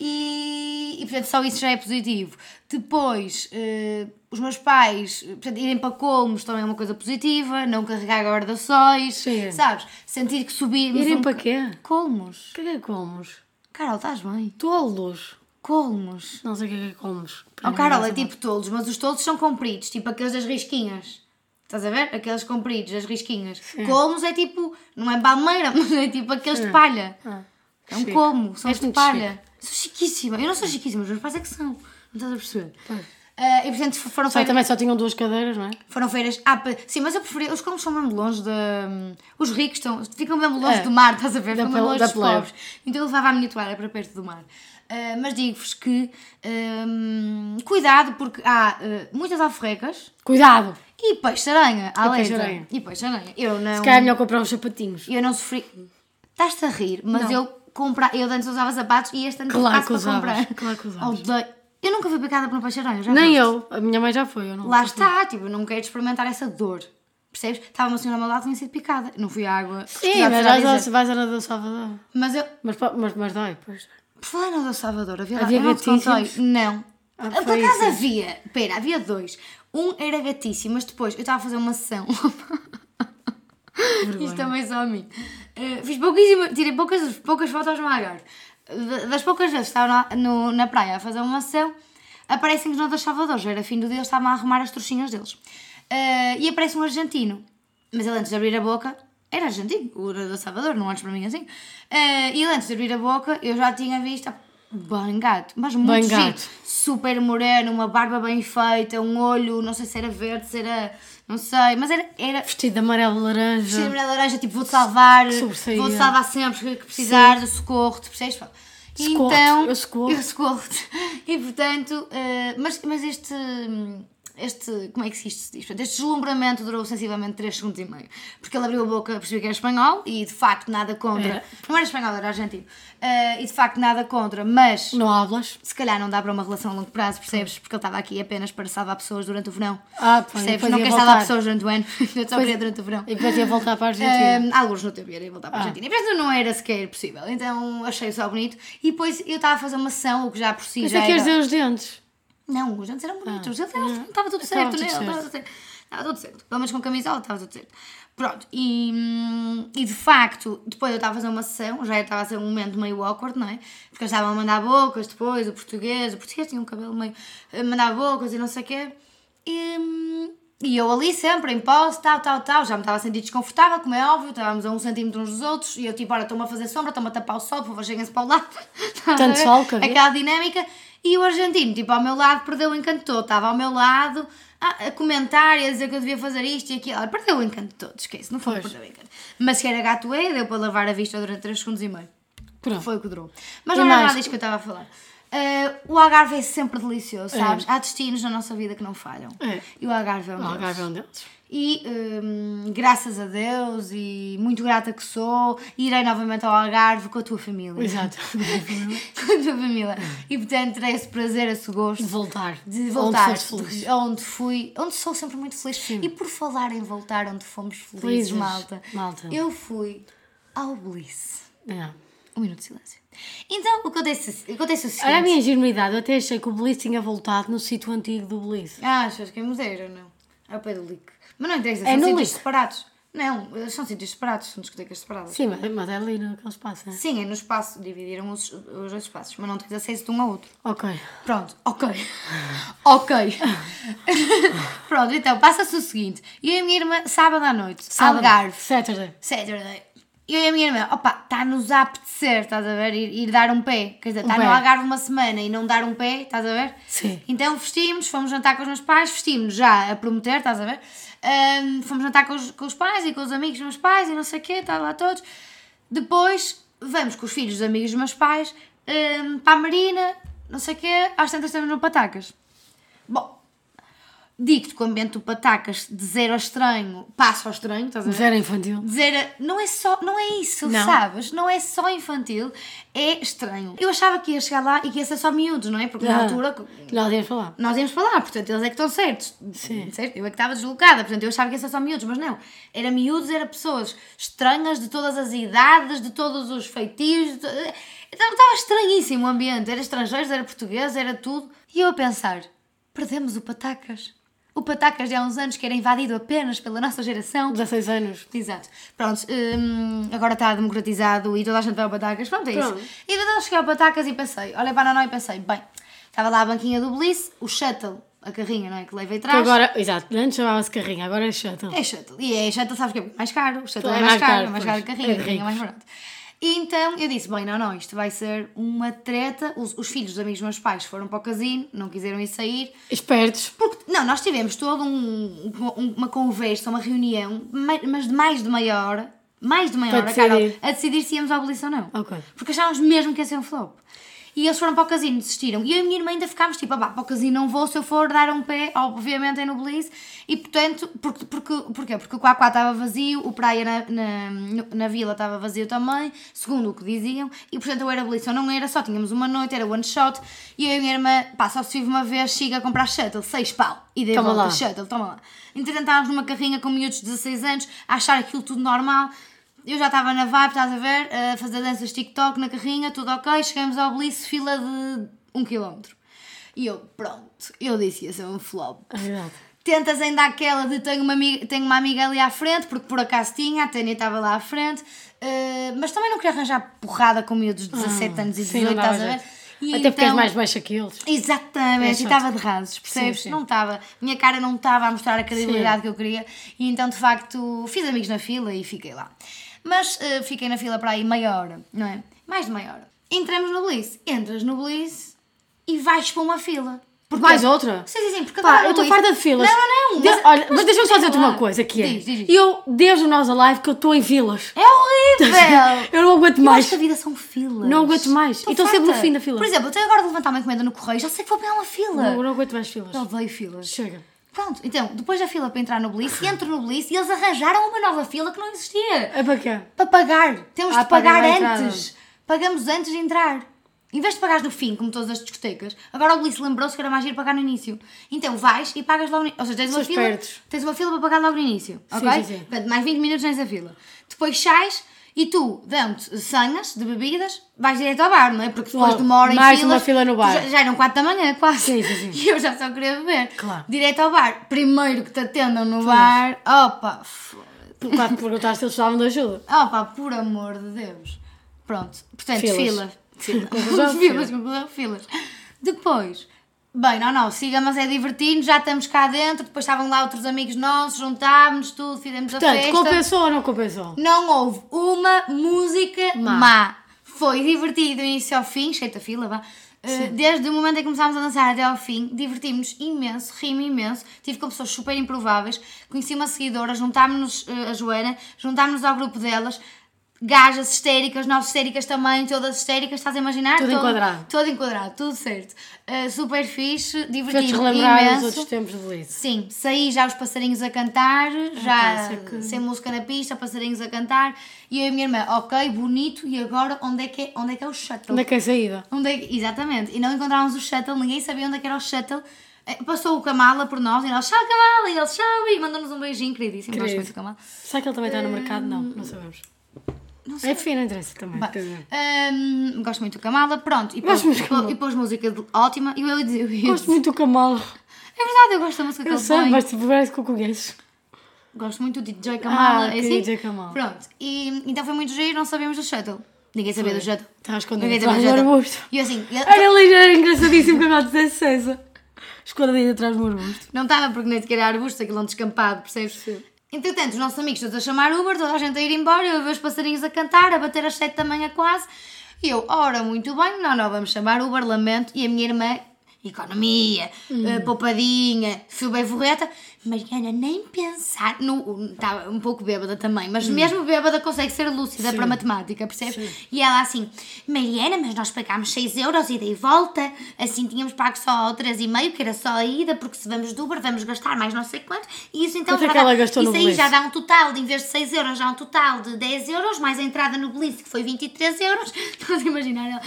Speaker 1: E, e, portanto, só isso já é positivo. Depois, eh, os meus pais, eh, portanto, irem para Colmos também é uma coisa positiva, não carregar guarda-sóis,
Speaker 2: Sim.
Speaker 1: sabes? Sentir que subimos.
Speaker 2: Irem
Speaker 1: um
Speaker 2: para
Speaker 1: ca-
Speaker 2: quê?
Speaker 1: Colmos.
Speaker 2: O que é que comes?
Speaker 1: Carol, estás bem?
Speaker 2: Tolos.
Speaker 1: Colmos.
Speaker 2: Não sei o que é que comes.
Speaker 1: Oh, Carol, é tipo tolos, mas os tolos são compridos, tipo aqueles das risquinhas. Estás a ver? Aqueles compridos, das risquinhas. Colmos é tipo, não é palmeira, mas é tipo aqueles de palha.
Speaker 2: Ah.
Speaker 1: é um
Speaker 2: chique.
Speaker 1: como, são
Speaker 2: És
Speaker 1: os de
Speaker 2: muito
Speaker 1: palha. Sou chiquíssima. Eu não sou chiquíssima, os meus pais é que são. Não estás a perceber? Ah, e portanto fo- foram
Speaker 2: Só que
Speaker 1: feiras,
Speaker 2: também só tinham duas cadeiras, não é?
Speaker 1: foram feiras. Ah, pa- sim, mas eu preferia. Os colmos são mesmo longe da. Os ricos estão, ficam mesmo longe
Speaker 2: É.
Speaker 1: do mar, estás a ver?
Speaker 2: Da pel-
Speaker 1: Ficam mesmo longe
Speaker 2: da
Speaker 1: dos
Speaker 2: plebe.
Speaker 1: pobres. Então eu levava a minha toalha para perto do mar. Ah, mas digo-vos que hum, cuidado porque há ah, muitas alforrecas
Speaker 2: Cuidado!
Speaker 1: e peixe-aranha. à letra.
Speaker 2: peixe-aranha.
Speaker 1: E peixe-aranha. Eu não.
Speaker 2: Se calhar é melhor comprar uns sapatinhos.
Speaker 1: Eu não sofri. Estás-te a rir, mas
Speaker 2: Não.
Speaker 1: eu compra... eu antes usava sapatos e este ano
Speaker 2: Claro
Speaker 1: passo
Speaker 2: que
Speaker 1: para
Speaker 2: usavas,
Speaker 1: comprar.
Speaker 2: claro que usavas.
Speaker 1: Odeio. Eu nunca fui picada por um peixe-aranha. já
Speaker 2: Nem
Speaker 1: foste?
Speaker 2: eu. A minha mãe já foi, eu não.
Speaker 1: Lá está, tipo, eu não quero experimentar essa dor. Percebes? Estava uma senhora ao meu lado tinha sido picada. Não fui à água.
Speaker 2: Sim,
Speaker 1: Já
Speaker 2: mas
Speaker 1: te já
Speaker 2: vais,
Speaker 1: dizer.
Speaker 2: ao- vais à Nada do Salvador.
Speaker 1: Mas eu.
Speaker 2: Mas, pa- mas, mas dói, pois.
Speaker 1: Por falar na do Salvador, havia, lá-
Speaker 2: Havia
Speaker 1: eu não te
Speaker 2: gatíssimos?
Speaker 1: contei. Não.
Speaker 2: Ah,
Speaker 1: Por
Speaker 2: foi
Speaker 1: acaso
Speaker 2: isso.
Speaker 1: havia. Pera, havia dois. Um era gatíssimo, mas depois eu estava a fazer uma sessão. Isto também é só a mim. Eh, fiz pouquíssima, tirei poucas, poucas fotos no Algarve. Da- Das poucas vezes que estava na, no- na praia a fazer uma ação, aparecem-nos notas Salvador. Já era fim do dia, eles estavam a arrumar as trouxinhas deles. Eh, e aparece um argentino. Mas ele antes de abrir a boca, era argentino, o nadador Salvador, não olhes para mim assim. Eh, e ele antes de abrir a boca, eu já tinha visto. Bem gato, mas muito
Speaker 2: Bem
Speaker 1: giro.
Speaker 2: gato.
Speaker 1: Super moreno, uma barba bem feita, um olho, não sei se era verde, se era. não sei, mas era- era
Speaker 2: Vestido de amarelo laranja.
Speaker 1: Vestido de mulher laranja, tipo, vou-te salvar,
Speaker 2: sobressaía.
Speaker 1: vou-te salvar sempre que- que precisares, eu socorro-te, percebes? Pá. E
Speaker 2: Socorro-te,
Speaker 1: então,
Speaker 2: eu socorro.
Speaker 1: Eu socorro-te. E portanto, eh, mas, mas este, hum, este, como é que se isto se diz? Portanto, este deslumbramento durou sensivelmente 3 segundos e meio. Porque ele abriu a boca, percebeu que era espanhol e de facto nada contra.
Speaker 2: Era.
Speaker 1: Não era espanhol, era argentino. Eh, e de facto nada contra, mas
Speaker 2: Não hablas?
Speaker 1: se calhar não dá para uma relação a longo prazo, percebes? Porque ele estava aqui apenas para salvar pessoas durante o verão.
Speaker 2: Ah, pois,
Speaker 1: percebes?
Speaker 2: depois
Speaker 1: Não
Speaker 2: ia
Speaker 1: quer
Speaker 2: voltar.
Speaker 1: salvar pessoas durante o ano, eu só queria durante o verão.
Speaker 2: E depois ia voltar para a Argentina.
Speaker 1: Um, alguns no tempo ia voltar para a
Speaker 2: Ah.
Speaker 1: Argentina. E portanto não era sequer possível. Então achei só bonito. E depois eu estava a fazer uma sessão, o que já por si
Speaker 2: Mas
Speaker 1: já
Speaker 2: é que
Speaker 1: era...
Speaker 2: queres dizer os dentes?
Speaker 1: Não, os dentes eram bonitos. Os dentes eram- estava tudo
Speaker 2: Estava
Speaker 1: certo
Speaker 2: Ah, uhum. tudo
Speaker 1: nele.
Speaker 2: certo.
Speaker 1: Estava tudo certo. Estava tudo certo. Pelo menos com camisola estava tudo certo. Pronto. E, hum, e de facto, depois eu estava a fazer uma sessão, já estava a ser um momento meio awkward, não é? Porque eles estavam a mandar bocas depois, o português, o português tinha um cabelo meio... a mandar bocas e não sei o quê. E... hum, e eu ali sempre, em pose, tal, tal, tal, já me estava a sentir desconfortável, como é óbvio, estávamos a um centímetro uns dos outros, e eu tipo, olha, estou-me a fazer sombra, estou-me a tapar o sol, por favor, cheguem-se para o lado. Estás a
Speaker 2: Tanto
Speaker 1: ver?
Speaker 2: sol que havia.
Speaker 1: Aquela dinâmica. E o argentino, tipo, ao meu lado, perdeu o encanto todo, estava ao meu lado, a, a comentar e a dizer que eu devia fazer isto e aquilo. Olha, perdeu o encanto todo, esquece, não foi
Speaker 2: Pois.
Speaker 1: perdeu o encanto. Mas que era gato é, deu para lavar a vista durante 3 segundos e meio.
Speaker 2: Pronto.
Speaker 1: Foi o que durou. Mas
Speaker 2: E
Speaker 1: não era
Speaker 2: mais?
Speaker 1: nada disso que eu estava a falar. Ah, eh, o Algarve é sempre delicioso, sabes? Há destinos na nossa vida que não falham.
Speaker 2: É.
Speaker 1: E o Algarve é um
Speaker 2: O
Speaker 1: deles.
Speaker 2: Algarve é um deles.
Speaker 1: E hum, graças a Deus e muito grata que sou, irei novamente ao Algarve com a tua família.
Speaker 2: Exato.
Speaker 1: com a tua família. E portanto terei esse prazer, esse gosto
Speaker 2: De voltar.
Speaker 1: de voltar
Speaker 2: Onde foste feliz.
Speaker 1: de- onde fui, onde sou sempre muito feliz. E por falar em voltar onde fomos felizes,
Speaker 2: Felizes,
Speaker 1: malta,
Speaker 2: malta.
Speaker 1: eu fui ao Bliss.
Speaker 2: Não.
Speaker 1: Um minuto de silêncio. Então, o que acontece, o que acontece é o seguinte.
Speaker 2: Olha a minha ingenuidade, eu até achei que o Belize tinha voltado no sítio antigo do Belize.
Speaker 1: Ah, achas que é museu ou não? É o pé do leak. Mas não interessa,
Speaker 2: É
Speaker 1: são
Speaker 2: no
Speaker 1: sítios
Speaker 2: Lick.
Speaker 1: separados. Não, eles são sítios separados, são discotecas separadas.
Speaker 2: Sim, mas, mas é ali naquele espaço, é?
Speaker 1: Sim, é no espaço, dividiram os, os dois espaços, mas não tens acesso de um ao outro.
Speaker 2: Ok.
Speaker 1: Pronto, ok. ok. Pronto, então passa-se o seguinte: eu e a minha irmã, sábado à noite, Algarve,
Speaker 2: Saturday.
Speaker 1: Saturday. Eu e a minha irmã, opa, está-nos a apetecer, estás a ver? Ir, ir dar um pé. Quer dizer, está no
Speaker 2: pé.
Speaker 1: Algarve uma semana e não dar um pé, estás a ver?
Speaker 2: Sim.
Speaker 1: Então vestimos, fomos jantar com os meus pais, vestimos já a prometer, estás a ver? Ahm, fomos jantar com os, com os pais e com os amigos dos meus pais e não sei o quê, está lá todos. Depois vamos com os filhos dos amigos dos meus pais ahm, para a Marina, não sei o quê, às tantas estamos no Patacas. Bom, digo-te que o ambiente do Patacas, de zero a estranho, passa ao estranho, estás a ver?
Speaker 2: Zero infantil.
Speaker 1: dizer não é só não é isso
Speaker 2: Não.
Speaker 1: sabes não é só infantil é estranho eu achava que ia chegar lá e que ia ser só miúdos não é porque na
Speaker 2: Ah.
Speaker 1: altura
Speaker 2: Não, devias falar.
Speaker 1: nós íamos falar portanto eles é que estão certos certo? eu é que estava deslocada portanto eu achava que ia ser só miúdos mas não era miúdos era pessoas estranhas de todas as idades de todos os feitios de to- então estava estranhíssimo o ambiente era estrangeiros era português era tudo e eu a pensar perdemos o patacas o patacas já há uns anos que era invadido apenas pela nossa geração
Speaker 2: 16 anos.
Speaker 1: Exato. Pronto, hum, agora está democratizado e toda a gente vai ao Patacas. Pronto, é
Speaker 2: Pronto.
Speaker 1: isso. E então cheguei ao Patacas e pensei, olhei para a Nanó e pensei, bem, estava lá a banquinha do Bliss, o shuttle, a carrinha, não é? Que levei
Speaker 2: Que
Speaker 1: atrás.
Speaker 2: agora, exato, antes chamava-se carrinho, agora é shuttle.
Speaker 1: É shuttle. E é shuttle, sabes que é mais caro. O shuttle é, mais, caro, é mais caro que a
Speaker 2: pois.
Speaker 1: carrinha,
Speaker 2: É de
Speaker 1: a carrinha é mais
Speaker 2: ricos.
Speaker 1: barato. E então eu disse: bem, não, não, isto vai ser uma treta. Os, os filhos dos amigos dos meus pais foram para o casino, não quiseram ir sair.
Speaker 2: Espertos.
Speaker 1: Porque, não, nós tivemos toda um- um- uma conversa, uma reunião, ma- mas de mais de meia hora, mais de meia
Speaker 2: Para
Speaker 1: hora,
Speaker 2: decidir.
Speaker 1: Carol, a decidir se íamos à abolição ou não.
Speaker 2: Ok.
Speaker 1: Porque achávamos mesmo que ia ser um flop. E eles foram para o casino, desistiram. E eu e a minha irmã ainda ficámos tipo, ah, pá, para o casino não vou, se eu for dar um pé, obviamente é no Belize. E portanto, porque, porque, porquê? Porque o Quaquá estava vazio, o Praia na, na, no- na vila estava vazio também, segundo o que diziam. E portanto eu era Belize ou não era, só tínhamos uma noite, era one shot. E eu e a minha irmã, pá, só se vive uma vez, chega a comprar shuttle, seis pau. E dei
Speaker 2: Toma
Speaker 1: volta,
Speaker 2: lá.
Speaker 1: shuttle, toma lá. Entretanto estávamos numa carrinha com miúdos de 16 anos, a achar aquilo tudo normal. Eu já estava na vibe, estás a ver, a fazer danças TikTok na carrinha, tudo ok. Chegamos ao Bliss, fila de 1 km. E eu, pronto, eu disse ia ser um flop.
Speaker 2: É verdade.
Speaker 1: Tentas ainda aquela de tenho uma, amiga, tenho uma amiga ali à frente, porque por acaso tinha, a Tânia estava lá à frente, eh, mas também não queria arranjar porrada com miúdos de 17 anos e
Speaker 2: Ah, sim,
Speaker 1: 18,
Speaker 2: não dava
Speaker 1: estás a ver?
Speaker 2: jeito.
Speaker 1: E
Speaker 2: Até porque és
Speaker 1: então-
Speaker 2: mais baixa que eles.
Speaker 1: Exatamente,
Speaker 2: É
Speaker 1: e
Speaker 2: chato.
Speaker 1: estava de rasos, percebes?
Speaker 2: Sim, sim.
Speaker 1: Não estava, minha cara não estava a mostrar a credibilidade que eu queria, e então de facto fiz amigos na fila e fiquei lá. Mas eh, fiquei na fila para aí meia hora, não é? Mais de meia hora. Entramos no Belize, entras no Belize e vais para uma fila. Porque
Speaker 2: Mais outra?
Speaker 1: Sim, sim, sim, porque
Speaker 2: Pá,
Speaker 1: agora
Speaker 2: eu
Speaker 1: no
Speaker 2: estou
Speaker 1: Belize-
Speaker 2: farta de filas.
Speaker 1: Não, não, não.
Speaker 2: De-
Speaker 1: mas-
Speaker 2: olha, mas,
Speaker 1: mas
Speaker 2: deixa-me só
Speaker 1: tem
Speaker 2: dizer-te
Speaker 1: lá.
Speaker 2: uma coisa, que é...
Speaker 1: Diz, diz, diz.
Speaker 2: Eu, desde o Nós Alive, que eu estou em filas.
Speaker 1: É horrível!
Speaker 2: eu não aguento
Speaker 1: Eu
Speaker 2: mais.
Speaker 1: acho que a vida são filas.
Speaker 2: Não aguento mais. E
Speaker 1: Estou
Speaker 2: estou sempre
Speaker 1: farta.
Speaker 2: no fim da fila.
Speaker 1: Por exemplo, eu tenho agora de levantar uma encomenda no correio, já sei que vou pegar uma fila.
Speaker 2: Não, não aguento mais filas.
Speaker 1: Eu odeio filas.
Speaker 2: Chega.
Speaker 1: Pronto, então, depois da fila para entrar no Blitz, entro no Blitz e eles arranjaram uma nova fila que não existia.
Speaker 2: É para quê?
Speaker 1: Para pagar. Temos
Speaker 2: Ah,
Speaker 1: de pagar
Speaker 2: pagar na
Speaker 1: antes. Pagamos antes de entrar. Em vez de pagares no fim, como todas as discotecas, agora o Blitz lembrou-se que era mais ir pagar no início. Então vais e pagas logo no Ou seja, tens
Speaker 2: São
Speaker 1: uma, fila,
Speaker 2: espertos.
Speaker 1: tens uma fila para pagar logo no início.
Speaker 2: Sim,
Speaker 1: ok?
Speaker 2: sim, sim.
Speaker 1: Portanto, mais 20 minutos nessa fila. Depois sais e tu, dão-te senhas de bebidas, vais direto ao bar, não é? Porque depois
Speaker 2: Logo,
Speaker 1: de uma hora
Speaker 2: mais
Speaker 1: em
Speaker 2: uma
Speaker 1: filas,
Speaker 2: fila no
Speaker 1: tu
Speaker 2: bar.
Speaker 1: Já, já eram 4 da manhã, quase.
Speaker 2: Sim, sim, sim.
Speaker 1: E eu já só queria beber.
Speaker 2: Claro.
Speaker 1: Direto ao bar. Primeiro que te atendam no bar. Opa, f-
Speaker 2: Por quatro perguntaste se eles precisavam de ajuda.
Speaker 1: opa, Ah, por amor de Deus. Pronto. Portanto,
Speaker 2: Filas.
Speaker 1: fila. Fila.
Speaker 2: Conclusão,
Speaker 1: filas, conclusão, filas. Depois, bem, não, não, siga, mas é divertindo, já estamos cá dentro. Depois estavam lá outros amigos nossos, juntámos tudo, fizemos a
Speaker 2: Portanto,
Speaker 1: festa.
Speaker 2: compensou ou não compensou?
Speaker 1: Não houve uma música má.
Speaker 2: Má.
Speaker 1: Foi divertido do início ao fim, cheio da fila, vá. Uh, Desde o momento em que começámos a dançar até ao fim, divertimos imenso, rimo imenso. Tive com pessoas super eh, improváveis. Conheci uma seguidora, juntámos-nos uh, a Joana, juntámos-nos ao grupo delas. gajas histéricas, novas histéricas também, todas histéricas, estás a imaginar?
Speaker 2: Tudo
Speaker 1: Todo-
Speaker 2: enquadrado.
Speaker 1: Tudo enquadrado, tudo certo. Uh, super fixe,
Speaker 2: Fez-te
Speaker 1: divertido,
Speaker 2: relembrar os
Speaker 1: imenso.
Speaker 2: outros tempos de Blitz.
Speaker 1: Sim, saí já os passarinhos a cantar, já
Speaker 2: isso é que-
Speaker 1: sem música na pista, passarinhos a cantar, e eu e a minha irmã, ok, bonito, e agora onde é que é, onde é, que é o shuttle?
Speaker 2: Onde é que é a saída?
Speaker 1: Onde é que- Exatamente, e não encontrávamos o shuttle, ninguém sabia onde é que era o shuttle. Eh, Passou o Kamala por nós e nós, tchau Kamala, e ele, tchau, e mandou-nos um beijinho, queridíssimo, nós
Speaker 2: Querido.
Speaker 1: conhecemos o Kamala.
Speaker 2: Será que ele também está no mercado? Não, não sabemos.
Speaker 1: Hum, Não sei.
Speaker 2: É fino, não interessa também.
Speaker 1: Bem,
Speaker 2: quer dizer.
Speaker 1: hum, gosto muito do Kamala, pronto, e pôs,
Speaker 2: Gosto muito do
Speaker 1: e pô-
Speaker 2: Kamala.
Speaker 1: e pôs música de- ótima, e eu, eu, eu,
Speaker 2: Gosto muito do Kamal.
Speaker 1: É verdade, eu gosto da música que
Speaker 2: Eu
Speaker 1: ele
Speaker 2: sei,
Speaker 1: põe.
Speaker 2: mas tipo, parece que eu conheço.
Speaker 1: Gosto muito de DJ Kamala.
Speaker 2: Ah,
Speaker 1: é
Speaker 2: ok,
Speaker 1: assim?
Speaker 2: DJ Kamala.
Speaker 1: Pronto. E, então foi muito giro, não sabíamos do shuttle. Ninguém sabia do shuttle.
Speaker 2: Estava escondido
Speaker 1: Ninguém sabia
Speaker 2: atrás do
Speaker 1: do shuttle.
Speaker 2: arbusto.
Speaker 1: E eu assim, eu-
Speaker 2: Era lindo, era é engraçadíssimo que agora dissesse essa. Escondido atrás do arbusto.
Speaker 1: não estava porque nem sequer era arbusto, aquilo é um descampado, percebes? Entretanto, os nossos amigos todos a chamar Uber, toda a gente a ir embora, eu a ver os passarinhos a cantar, a bater às sete da manhã quase. E eu, ora, muito bem, não, não, vamos chamar Uber, lamento. E a minha irmã, economia,
Speaker 2: Hum.
Speaker 1: eh, poupadinha, fui bem forreta. Mariana, nem pensar, no, estava um pouco bêbada também,
Speaker 2: Hum.
Speaker 1: mas mesmo bêbada consegue ser lúcida para matemática, percebes? E ela assim, Mariana, mas nós pagámos 6 euros ida e volta, assim tínhamos pago só 3,5, que era só a ida, porque se vamos de Uber vamos gastar mais não sei quanto, e isso então
Speaker 2: Quanto é
Speaker 1: já
Speaker 2: que
Speaker 1: dá-
Speaker 2: ela gastou
Speaker 1: isso
Speaker 2: no
Speaker 1: aí
Speaker 2: bilhete?
Speaker 1: já dá um total, de, em vez de 6 euros, já um total de 10 euros, mais a entrada no Blitz, que foi 23 euros. Estás a imaginar? ela?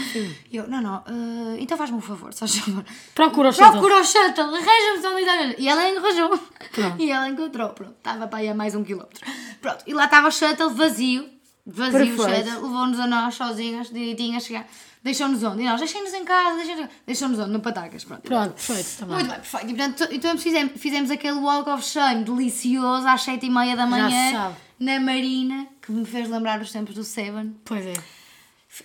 Speaker 1: Eu, não, não, eh, então faz-me um favor, só favor.
Speaker 2: Procura o shuttle.
Speaker 1: Procura o shuttle, arranja-me só dois euros. E ela arranjou.
Speaker 2: Pronto.
Speaker 1: E ela encontrou, pronto, estava para aí a mais um quilómetro. Pronto, e lá estava o shuttle vazio, vazio
Speaker 2: Perfeito.
Speaker 1: o shuttle, levou-nos a nós sozinhas, direitinho a chegar. Deixou-nos onde? E nós, deixem-nos em casa, deixem-nos deixou-nos onde? No Patacas, pronto.
Speaker 2: Pronto, perfeito tá também.
Speaker 1: Muito bem, perfeito. E, portanto, então fizemos, fizemos aquele walk of shame delicioso às 7 e meia da
Speaker 2: se
Speaker 1: manhã
Speaker 2: sabe.
Speaker 1: na Marina, que me fez lembrar os tempos do Seven.
Speaker 2: Pois é.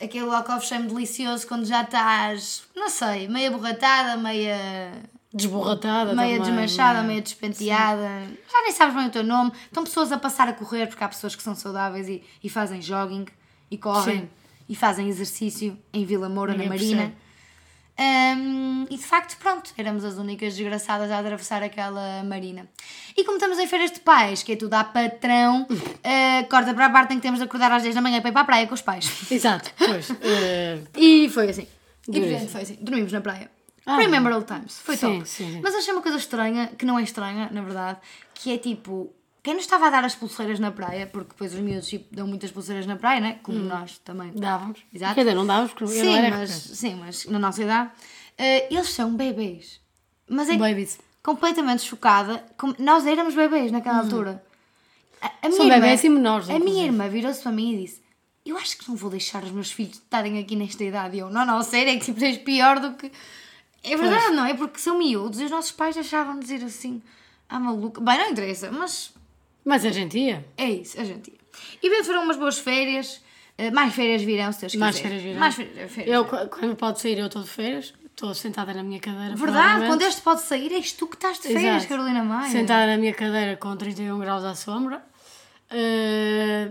Speaker 1: Aquele walk of shame delicioso quando já estás, não sei, meia borratada, meia,
Speaker 2: Desborratada tá também. é.
Speaker 1: meia desmanchada, meia despenteada. Já nem sabes bem o teu nome. Estão pessoas a passar a correr, porque há pessoas que são saudáveis e, e fazem jogging, e correm,
Speaker 2: Sim.
Speaker 1: e fazem exercício em Vila Moura, na
Speaker 2: Ninguém
Speaker 1: Marina.
Speaker 2: percebe.
Speaker 1: Hum, e de facto, pronto, éramos as únicas desgraçadas a atravessar aquela marina. E como estamos em feiras de pais, que é tudo a patrão, eh, corta para a parte em que temos de acordar às 10 da manhã para ir para a praia com os pais.
Speaker 2: Exato, pois. eh,
Speaker 1: E foi assim. E
Speaker 2: Dureza.
Speaker 1: portanto foi assim. Dormimos na praia.
Speaker 2: Ah.
Speaker 1: Remember all times. Foi
Speaker 2: Sim,
Speaker 1: top.
Speaker 2: sim, sim.
Speaker 1: Mas achei uma coisa estranha, que não é estranha, na verdade, que é tipo. Quem nos estava a dar as pulseiras na praia, porque depois os miúdos tipo, dão muitas pulseiras na praia, né? Como nós também.
Speaker 2: dávamos.
Speaker 1: Exato.
Speaker 2: Quer dizer, não dávamos porque Hum. eu não
Speaker 1: Sim,
Speaker 2: era um
Speaker 1: mas,
Speaker 2: RP.
Speaker 1: sim, mas na nossa idade. eh, eles são bebês. Mas é
Speaker 2: Babies.
Speaker 1: completamente chocada. como- nós éramos bebês naquela altura. A, a
Speaker 2: Hum. São
Speaker 1: minha
Speaker 2: bebés e
Speaker 1: irmã,
Speaker 2: menores,
Speaker 1: A minha
Speaker 2: inclusive.
Speaker 1: irmã virou-se para mim e disse: Eu acho que não vou deixar os meus filhos estarem aqui nesta idade. E eu, não, não, sério, é que tipo, és pior do que. É verdade, não é? Porque são miúdos e os nossos pais deixavam-nos ir assim. Ah, maluca. Bem, não interessa, mas
Speaker 2: Mas a gente ia.
Speaker 1: é isso, a gente ia. E bem, foram umas boas férias. Eh, mais férias virão, se Deus quiser.
Speaker 2: Mais férias virão.
Speaker 1: Mais férias. férias.
Speaker 2: Eu, qu- quando pode sair, eu estou de férias. Estou sentada na minha cadeira.
Speaker 1: Verdade,
Speaker 2: provavelmente.
Speaker 1: quando este pode sair, és tu que estás de férias,
Speaker 2: Exato.
Speaker 1: Carolina Maia.
Speaker 2: Sentada na minha cadeira com 31 graus à sombra. eh,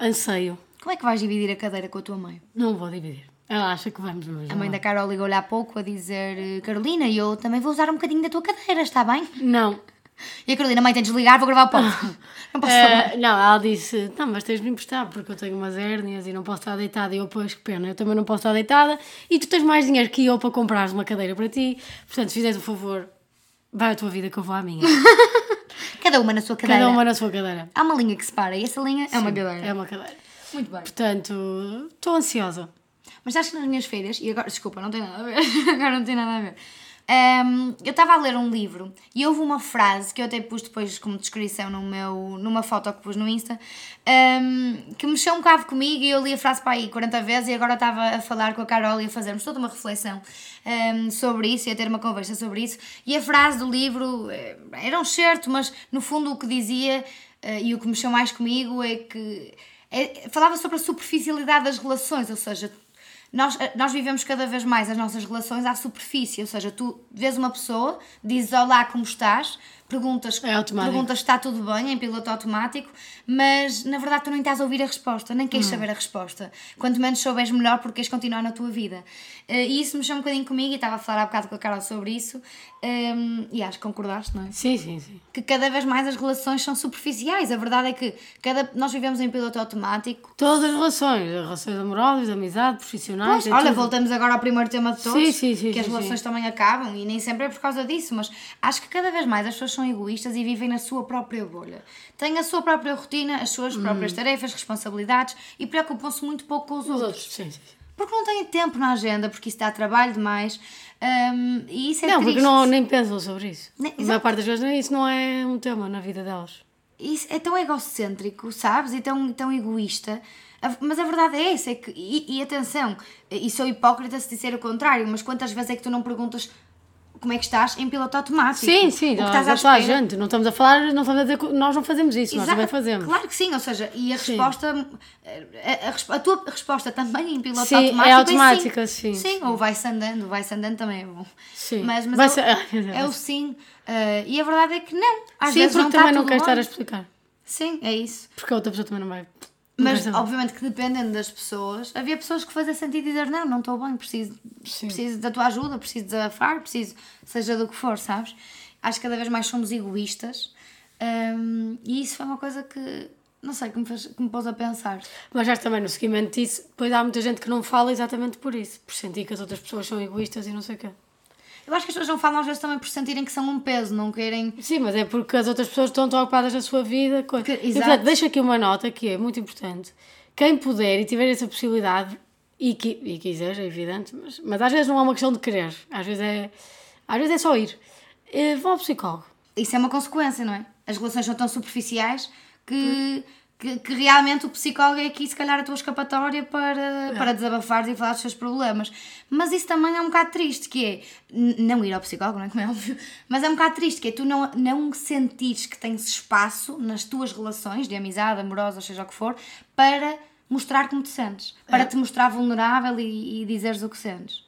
Speaker 2: anseio.
Speaker 1: Como é que vais dividir a cadeira com a tua mãe?
Speaker 2: Não vou dividir. Ela acha que vamos, mas
Speaker 1: A
Speaker 2: não.
Speaker 1: mãe da Carol ligou-lhe há pouco a dizer eh, Carolina, eu também vou usar um bocadinho da tua cadeira, está bem?
Speaker 2: Não.
Speaker 1: E a Carolina, mãe, tem de desligar, vou gravar o ponto. Não posso falar.
Speaker 2: Eh, não, ela disse, não, mas tens de me emprestar porque eu tenho umas hérnias e não posso estar deitada. E eu, pois, que pena, eu também não posso estar deitada. E tu tens mais dinheiro que eu para comprar uma cadeira para ti. Portanto, se fizeres o favor, vai à tua vida que eu vou à minha.
Speaker 1: Cada uma na sua cadeira.
Speaker 2: Cada uma na sua cadeira.
Speaker 1: Há uma linha que separa e essa linha é uma cadeira.
Speaker 2: É uma cadeira.
Speaker 1: Muito bem.
Speaker 2: Portanto, estou ansiosa.
Speaker 1: Mas acho que nas minhas férias, e agora, desculpa, não tem nada a ver, agora não tem nada a ver. Ahm, eu estava a ler um livro e houve uma frase que eu até pus depois como descrição no meu, numa foto que pus no Insta ahm, que mexeu um bocado comigo e eu li a frase para aí 40 vezes e agora estava a falar com a Carol e a fazermos toda uma reflexão ahm, sobre isso e a ter uma conversa sobre isso e a frase do livro eh, era um certo, mas no fundo o que dizia eh, e o que mexeu mais comigo é que é- falava sobre a superficialidade das relações, ou seja, nós, nós vivemos cada vez mais as nossas relações à superfície, ou seja, tu vês uma pessoa, dizes olá, como estás, perguntas,
Speaker 2: É automático.
Speaker 1: perguntas se está tudo bem, em piloto automático, mas na verdade tu nem estás a ouvir a resposta, nem queres saber a resposta. Quanto menos souberes melhor, porque queres continuar na tua vida. Eh, E isso mexeu um bocadinho comigo, e estava a falar há bocado com a Carol sobre isso, ehm, e acho que concordaste, não é?
Speaker 2: Sim, sim, sim.
Speaker 1: que cada vez mais as relações são superficiais. A verdade é que cada, nós vivemos em piloto automático.
Speaker 2: Todas as relações, as relações amorosas, de amizade, profissionais.
Speaker 1: Pois,
Speaker 2: é
Speaker 1: olha,
Speaker 2: tudo.
Speaker 1: voltamos agora ao primeiro tema de todos,
Speaker 2: Sim, sim, sim,
Speaker 1: que as
Speaker 2: sim,
Speaker 1: relações também acabam e nem sempre é por causa disso, mas acho que cada vez mais as pessoas são egoístas e vivem na sua própria bolha. Têm a sua própria rotina, as suas próprias tarefas, responsabilidades e preocupam-se muito pouco com os
Speaker 2: Hum. Os
Speaker 1: outros.
Speaker 2: outros, sim, sim. sim.
Speaker 1: Porque não têm tempo na agenda, porque isso dá trabalho demais hum, e isso é
Speaker 2: não,
Speaker 1: triste.
Speaker 2: porque não, nem pensam sobre isso.
Speaker 1: Nem-
Speaker 2: a maior parte das vezes não- isso não é um tema na vida delas.
Speaker 1: isso é tão egocêntrico, sabes? E tão, tão egoísta. A- Mas a verdade é essa, é que, e, e atenção, e sou hipócrita se disser o contrário, mas quantas vezes é que tu não perguntas como é que estás em piloto automático?
Speaker 2: Sim, sim,
Speaker 1: o que
Speaker 2: nós
Speaker 1: estás à
Speaker 2: a falar,
Speaker 1: espera.
Speaker 2: gente, não estamos a falar, não estamos a dizer que nós não fazemos isso, nós
Speaker 1: Exato,
Speaker 2: também fazemos.
Speaker 1: Claro que sim, ou seja, e a
Speaker 2: Sim.
Speaker 1: resposta, eh, a, a resp- a tua resposta também em piloto
Speaker 2: Sim, é
Speaker 1: automático
Speaker 2: automática,
Speaker 1: sim.
Speaker 2: sim.
Speaker 1: ou vai-se andando, vai-se andando também é bom.
Speaker 2: Sim.
Speaker 1: Mas, mas
Speaker 2: Vai-se-
Speaker 1: é,
Speaker 2: Ai, meu
Speaker 1: o,
Speaker 2: Deus.
Speaker 1: é o sim, eh, e a verdade é que não. Às
Speaker 2: sim,
Speaker 1: vezes
Speaker 2: porque
Speaker 1: não
Speaker 2: também
Speaker 1: está
Speaker 2: não
Speaker 1: tudo
Speaker 2: quero
Speaker 1: bom.
Speaker 2: estar a explicar.
Speaker 1: Sim, é isso.
Speaker 2: Porque a outra pessoa também não vai. não
Speaker 1: Mas,
Speaker 2: vai saber.
Speaker 1: obviamente, que dependendo das pessoas, havia pessoas que fazia sentido dizer: Não, não estou bem, preciso,
Speaker 2: Sim.
Speaker 1: preciso da tua ajuda, preciso de afar, preciso, seja do que for, sabes? Acho que cada vez mais somos egoístas hum, e isso foi uma coisa que, não sei, que me, fez, que me pôs a pensar.
Speaker 2: Mas já também no seguimento disso, depois há muita gente que não fala exatamente por isso, por sentir que as outras pessoas são egoístas e não sei o quê.
Speaker 1: Eu acho que as pessoas não falam às vezes também por sentirem que são um peso, não querem.
Speaker 2: Sim, mas é porque as outras pessoas estão tão ocupadas na sua vida. Coisa.
Speaker 1: Que-
Speaker 2: e,
Speaker 1: exato.
Speaker 2: portanto, deixo aqui uma nota que é muito importante. Quem puder e tiver essa possibilidade e, qui- e quiser, é evidente, mas, mas às vezes não é uma questão de querer, às vezes é, às vezes é só ir. Eh, Vão ao psicólogo.
Speaker 1: Isso é uma consequência, não é? As relações são tão superficiais que. Que, que realmente o psicólogo é aqui, se calhar, a tua escapatória para, para desabafares e falar dos seus problemas. Mas isso também é um bocado triste, que é n- não ir ao psicólogo, não é? Como é óbvio, mas é um bocado triste, que é tu não, não sentires que tens espaço nas tuas relações de amizade, amorosa, seja o que for, para mostrar como te sentes, para te mostrar vulnerável e, e dizeres o que sentes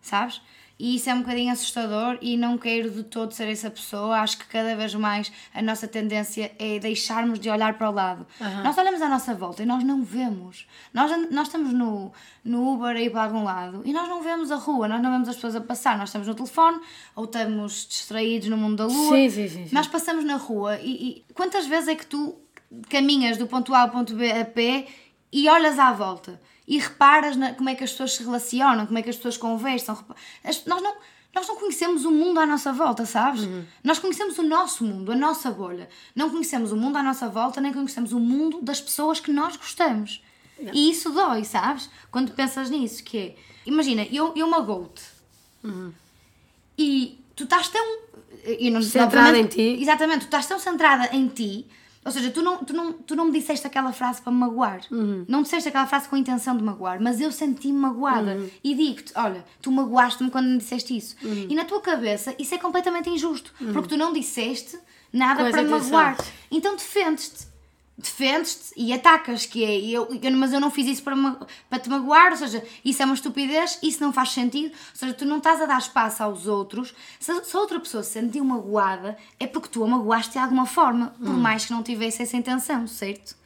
Speaker 1: sabes? E isso é um bocadinho assustador e não quero de todo ser essa pessoa. Acho que cada vez mais a nossa tendência é deixarmos de olhar para o lado. Nós olhamos à nossa volta e nós não vemos. Nós, and- nós estamos no, no Uber aí para algum lado e nós não vemos a rua, nós não vemos as pessoas a passar. Nós estamos no telefone ou estamos distraídos no mundo da lua.
Speaker 2: Sim, sim, sim, sim.
Speaker 1: Nós passamos na rua e, e quantas vezes é que tu caminhas do ponto A ao ponto B a pé e olhas à volta e reparas na- como é que as pessoas se relacionam, como é que as pessoas conversam? repa- as- nós, não, nós não conhecemos o mundo à nossa volta, sabes?
Speaker 2: Uhum.
Speaker 1: Nós conhecemos o nosso mundo, a nossa bolha. Não conhecemos o mundo à nossa volta, nem conhecemos o mundo das pessoas que nós gostamos. E isso dói, sabes? Quando pensas nisso, que é... Imagina, eu, eu magoo-te e tu estás tão eu não,
Speaker 2: Centrada
Speaker 1: novamente-
Speaker 2: em ti.
Speaker 1: Exatamente, tu estás tão centrada em ti, ou seja, tu não, tu não, tu não me disseste aquela frase para me magoar.
Speaker 2: Uhum.
Speaker 1: Não disseste aquela frase com a intenção de magoar, mas eu senti-me magoada
Speaker 2: Uhum.
Speaker 1: e digo-te: olha, tu magoaste-me quando me disseste isso. E na tua cabeça isso é completamente injusto, porque tu não disseste
Speaker 2: Uhum.
Speaker 1: nada
Speaker 2: Com essa
Speaker 1: para me
Speaker 2: intenção.
Speaker 1: magoar. Então defendes-te. Defendes-te e atacas, que é eu, eu- mas eu não fiz isso para, ma- para te magoar, ou seja, isso é uma estupidez, isso não faz sentido, ou seja, tu não estás a dar espaço aos outros. Se, se a outra pessoa se sentiu magoada, é porque tu a magoaste de alguma forma, por mais que não tivesse essa intenção, certo?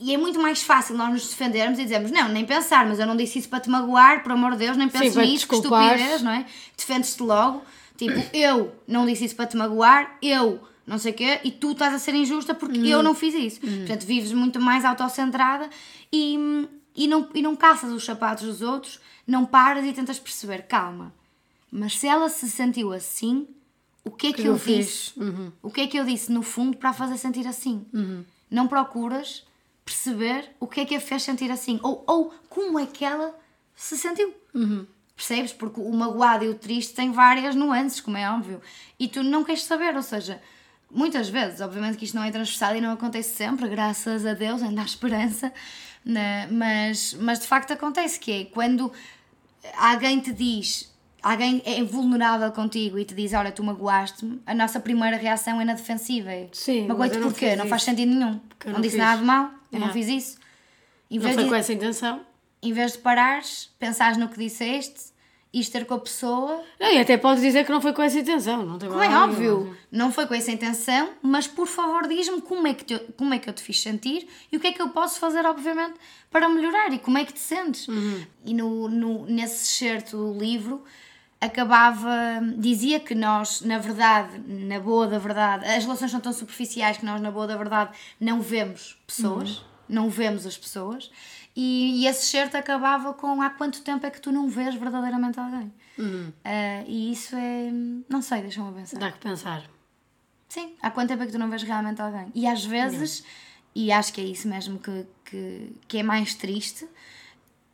Speaker 1: E é muito mais fácil nós nos defendermos e dizermos: Não, nem pensar, mas eu não disse isso para te magoar, por amor de Deus, nem penso
Speaker 2: para te
Speaker 1: nisso, que
Speaker 2: desculpares.
Speaker 1: estupidez, não é? Defendes-te logo, tipo, eu não disse isso para te magoar, eu não sei o quê, e tu estás a ser injusta porque
Speaker 2: Hum.
Speaker 1: eu não fiz isso. Portanto, vives muito mais autocentrada e, e, não, e não caças os sapatos dos outros, não paras e tentas perceber, calma. Mas se ela se sentiu assim, o que é que, eu,
Speaker 2: eu
Speaker 1: disse?
Speaker 2: fiz? Uhum.
Speaker 1: O que é que eu disse no fundo para a fazer sentir assim? Não procuras perceber o que é que a fez sentir assim ou, ou como é que ela se sentiu. Percebes? Porque o magoado e o triste têm várias nuances, como é óbvio. E tu não queres saber, ou seja, muitas vezes, obviamente que isto não é transversal e não acontece sempre, graças a Deus, ainda há esperança, né? mas, mas de facto acontece que é quando alguém te diz, alguém é vulnerável contigo e te diz, olha, tu magoaste-me, a nossa primeira reação é na defensiva. é,
Speaker 2: Sim, mas
Speaker 1: Magoei-te
Speaker 2: eu não
Speaker 1: porquê?
Speaker 2: fiz
Speaker 1: Não
Speaker 2: isso.
Speaker 1: faz sentido nenhum.
Speaker 2: eu
Speaker 1: Não,
Speaker 2: não
Speaker 1: disse
Speaker 2: fiz.
Speaker 1: nada de mal, eu não
Speaker 2: Yeah.
Speaker 1: fiz isso. Em
Speaker 2: Não
Speaker 1: vez
Speaker 2: foi
Speaker 1: de-
Speaker 2: com essa intenção.
Speaker 1: em vez de parares, pensares no que disseste e estar com a pessoa.
Speaker 2: Não, e até podes dizer que não foi com essa intenção, não tem
Speaker 1: Como é
Speaker 2: mal nenhum.
Speaker 1: óbvio, não foi com essa intenção, mas por favor diz-me como, é que te- como é que eu te fiz sentir e o que é que eu posso fazer, obviamente, para melhorar e como é que te sentes. E no, no- nesse excerto do livro acabava, dizia que nós, na verdade, na boa da verdade, as relações são tão superficiais que nós, na boa da verdade, não vemos pessoas, não vemos as pessoas. E, e esse excerto acabava com há quanto tempo é que tu não vês verdadeiramente alguém? Ah, e isso é. Não sei, deixa-me pensar.
Speaker 2: Dá que pensar.
Speaker 1: Sim, há quanto tempo é que tu não vês realmente alguém? E às vezes, e acho que é isso mesmo que, que, que é mais triste,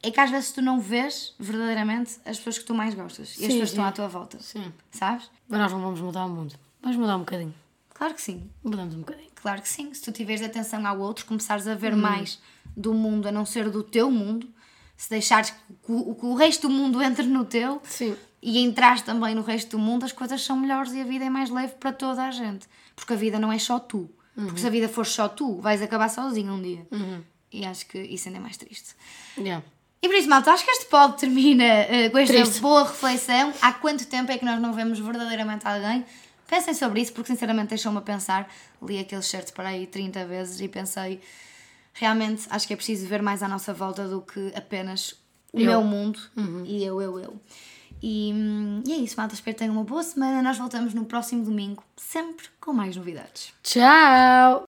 Speaker 1: é que às vezes tu não vês verdadeiramente as pessoas que tu mais gostas e
Speaker 2: Sim,
Speaker 1: as pessoas que
Speaker 2: sim.
Speaker 1: estão à tua volta.
Speaker 2: Sim.
Speaker 1: Sabes?
Speaker 2: Mas nós não vamos mudar o mundo. Vamos mudar um bocadinho.
Speaker 1: Claro que sim,
Speaker 2: Mudamos um bocadinho.
Speaker 1: claro que sim. Se tu tiveres atenção ao outro, começares a ver
Speaker 2: Uhum.
Speaker 1: mais do mundo a não ser do teu mundo, se deixares que o, que o resto do mundo entre no teu,
Speaker 2: Sim.
Speaker 1: e entras também no resto do mundo, as coisas são melhores e a vida é mais leve para toda a gente. Porque a vida não é só tu. Porque se a vida for só tu, vais acabar sozinho um dia. E acho que isso ainda é mais triste.
Speaker 2: Yeah.
Speaker 1: E por isso, malta, acho que este pod termina eh, com esta
Speaker 2: Triste.
Speaker 1: boa reflexão. Há quanto tempo é que nós não vemos verdadeiramente alguém? Pensem sobre isso, porque sinceramente deixou-me a pensar. Li aquele certo para aí 30 vezes e pensei, realmente acho que é preciso ver mais à nossa volta do que apenas o meu mundo e eu, eu, eu. E, hum, e é isso, malta. Espero que tenham uma boa semana. Nós voltamos no próximo domingo, sempre com mais novidades.
Speaker 2: Tchau!